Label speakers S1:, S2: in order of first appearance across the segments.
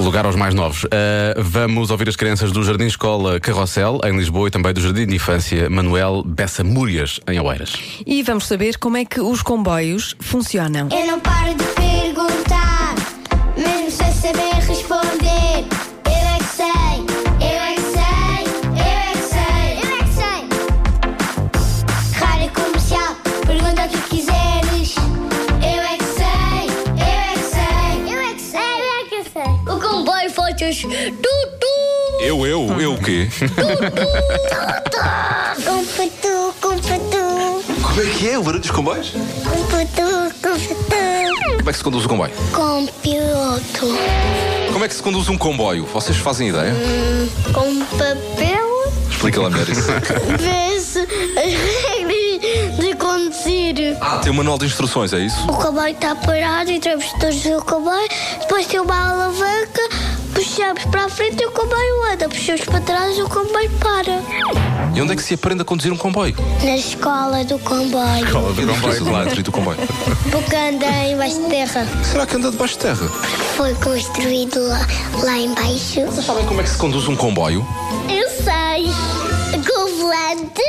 S1: lugar aos mais novos. Ah, vamos ouvir as crianças do Jardim Escola Carrossel, em Lisboa, e também do Jardim de Infância Manuel Bessa Múrias, em Oeiras.
S2: E vamos saber como é que os comboios funcionam.
S1: Ah,
S3: Eu não paro de perguntar, mesmo sem saber responder. Eu é que sei, eu é que sei, eu é que sei, eu é que sei. Rádio comercial, pergunta o que quiseres. Eu é que sei, eu é que sei, eu é que sei, eu é que sei. O comboio faz tudo.
S4: Eu, eu, eu o quê?
S3: Computu, computu,
S4: Como é que é o barulho dos comboios?
S3: computu, computu.
S4: Como é que se conduz um comboio?
S3: Com piloto,
S4: Como é que se conduz um comboio? Vocês fazem ideia?
S3: com papel.
S4: Explica lá melhor isso.
S3: vê-se as regras de conduzir.
S4: Ah, tem um manual de instruções, é isso?
S3: O comboio está parado, entramos todos no comboio, depois tem uma alavanca, puxamos para a frente e o comboio anda, puxamos para trás e o comboio para.
S4: E onde é que se aprende a conduzir um comboio?
S3: Na escola do comboio,
S1: Escola
S4: Eu não preciso lá dentro do é comboio.
S3: porque anda em baixo de terra,
S4: Será que anda debaixo de terra?
S3: foi construído lá, lá embaixo.
S4: Vocês sabem como é que se conduz um comboio?
S3: Eu sei, com volante.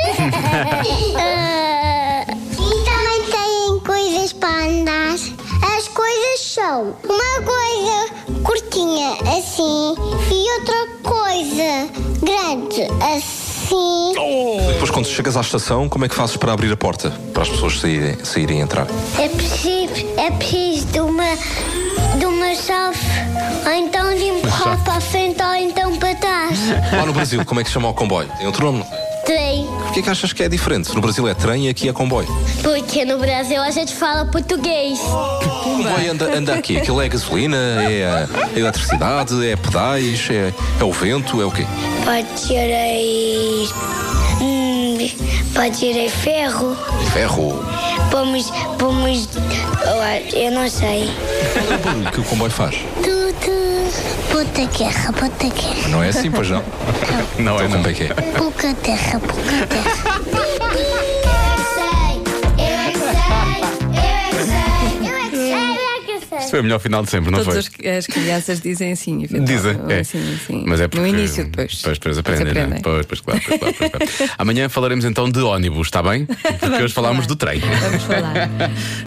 S3: Ah, e também têm coisas para andar. As coisas são uma coisa curtinha assim e outra coisa grande assim.
S4: Depois, quando chegas à estação, como é que fazes para abrir a porta? Para as pessoas saírem, saírem e entrar.
S3: É preciso, é preciso de uma, de uma chave, ou então de empurrar para a frente ou então para trás.
S4: Lá no Brasil, como é que se chama o comboio? Tem outro nome.
S3: Tem.
S4: Porquê que achas que é diferente? No Brasil é trem e aqui é comboio.
S3: Porque no Brasil a gente fala português.
S4: O comboio anda, anda aqui. Aquilo é gasolina, é a eletricidade, é pedais, é, é o vento, é o quê?
S3: Pode ser aí. Hum, pode ser aí ferro.
S4: Ferro.
S3: Pomos. Pomos. Eu, acho- eu não sei.
S4: Qual é o barulho que o comboio faz?
S3: Tudo. Puta guerra, puta guerra.
S4: Não é assim, pois não?
S1: Não é,
S4: Então
S1: não.
S4: como é que é?
S3: Pouca terra, pouca terra. é Eu é que sei, eu é que sei, eu é que sei, eu é que sei.
S1: Foi o melhor final de sempre, não
S2: Todas
S1: foi?
S2: as, as crianças dizem assim, eventualmente.
S1: Dizem, é.
S2: Sim, sim.
S1: Mas é porque,
S2: No início, depois.
S1: Depois, depois aprendem. né?
S2: aprendem.
S1: Pois, pois, claro, pois, claro, pois,
S2: Tá
S1: claro. Amanhã falaremos então de ónibus, está bem? Porque hoje falámos do trem.
S2: Vamos falar.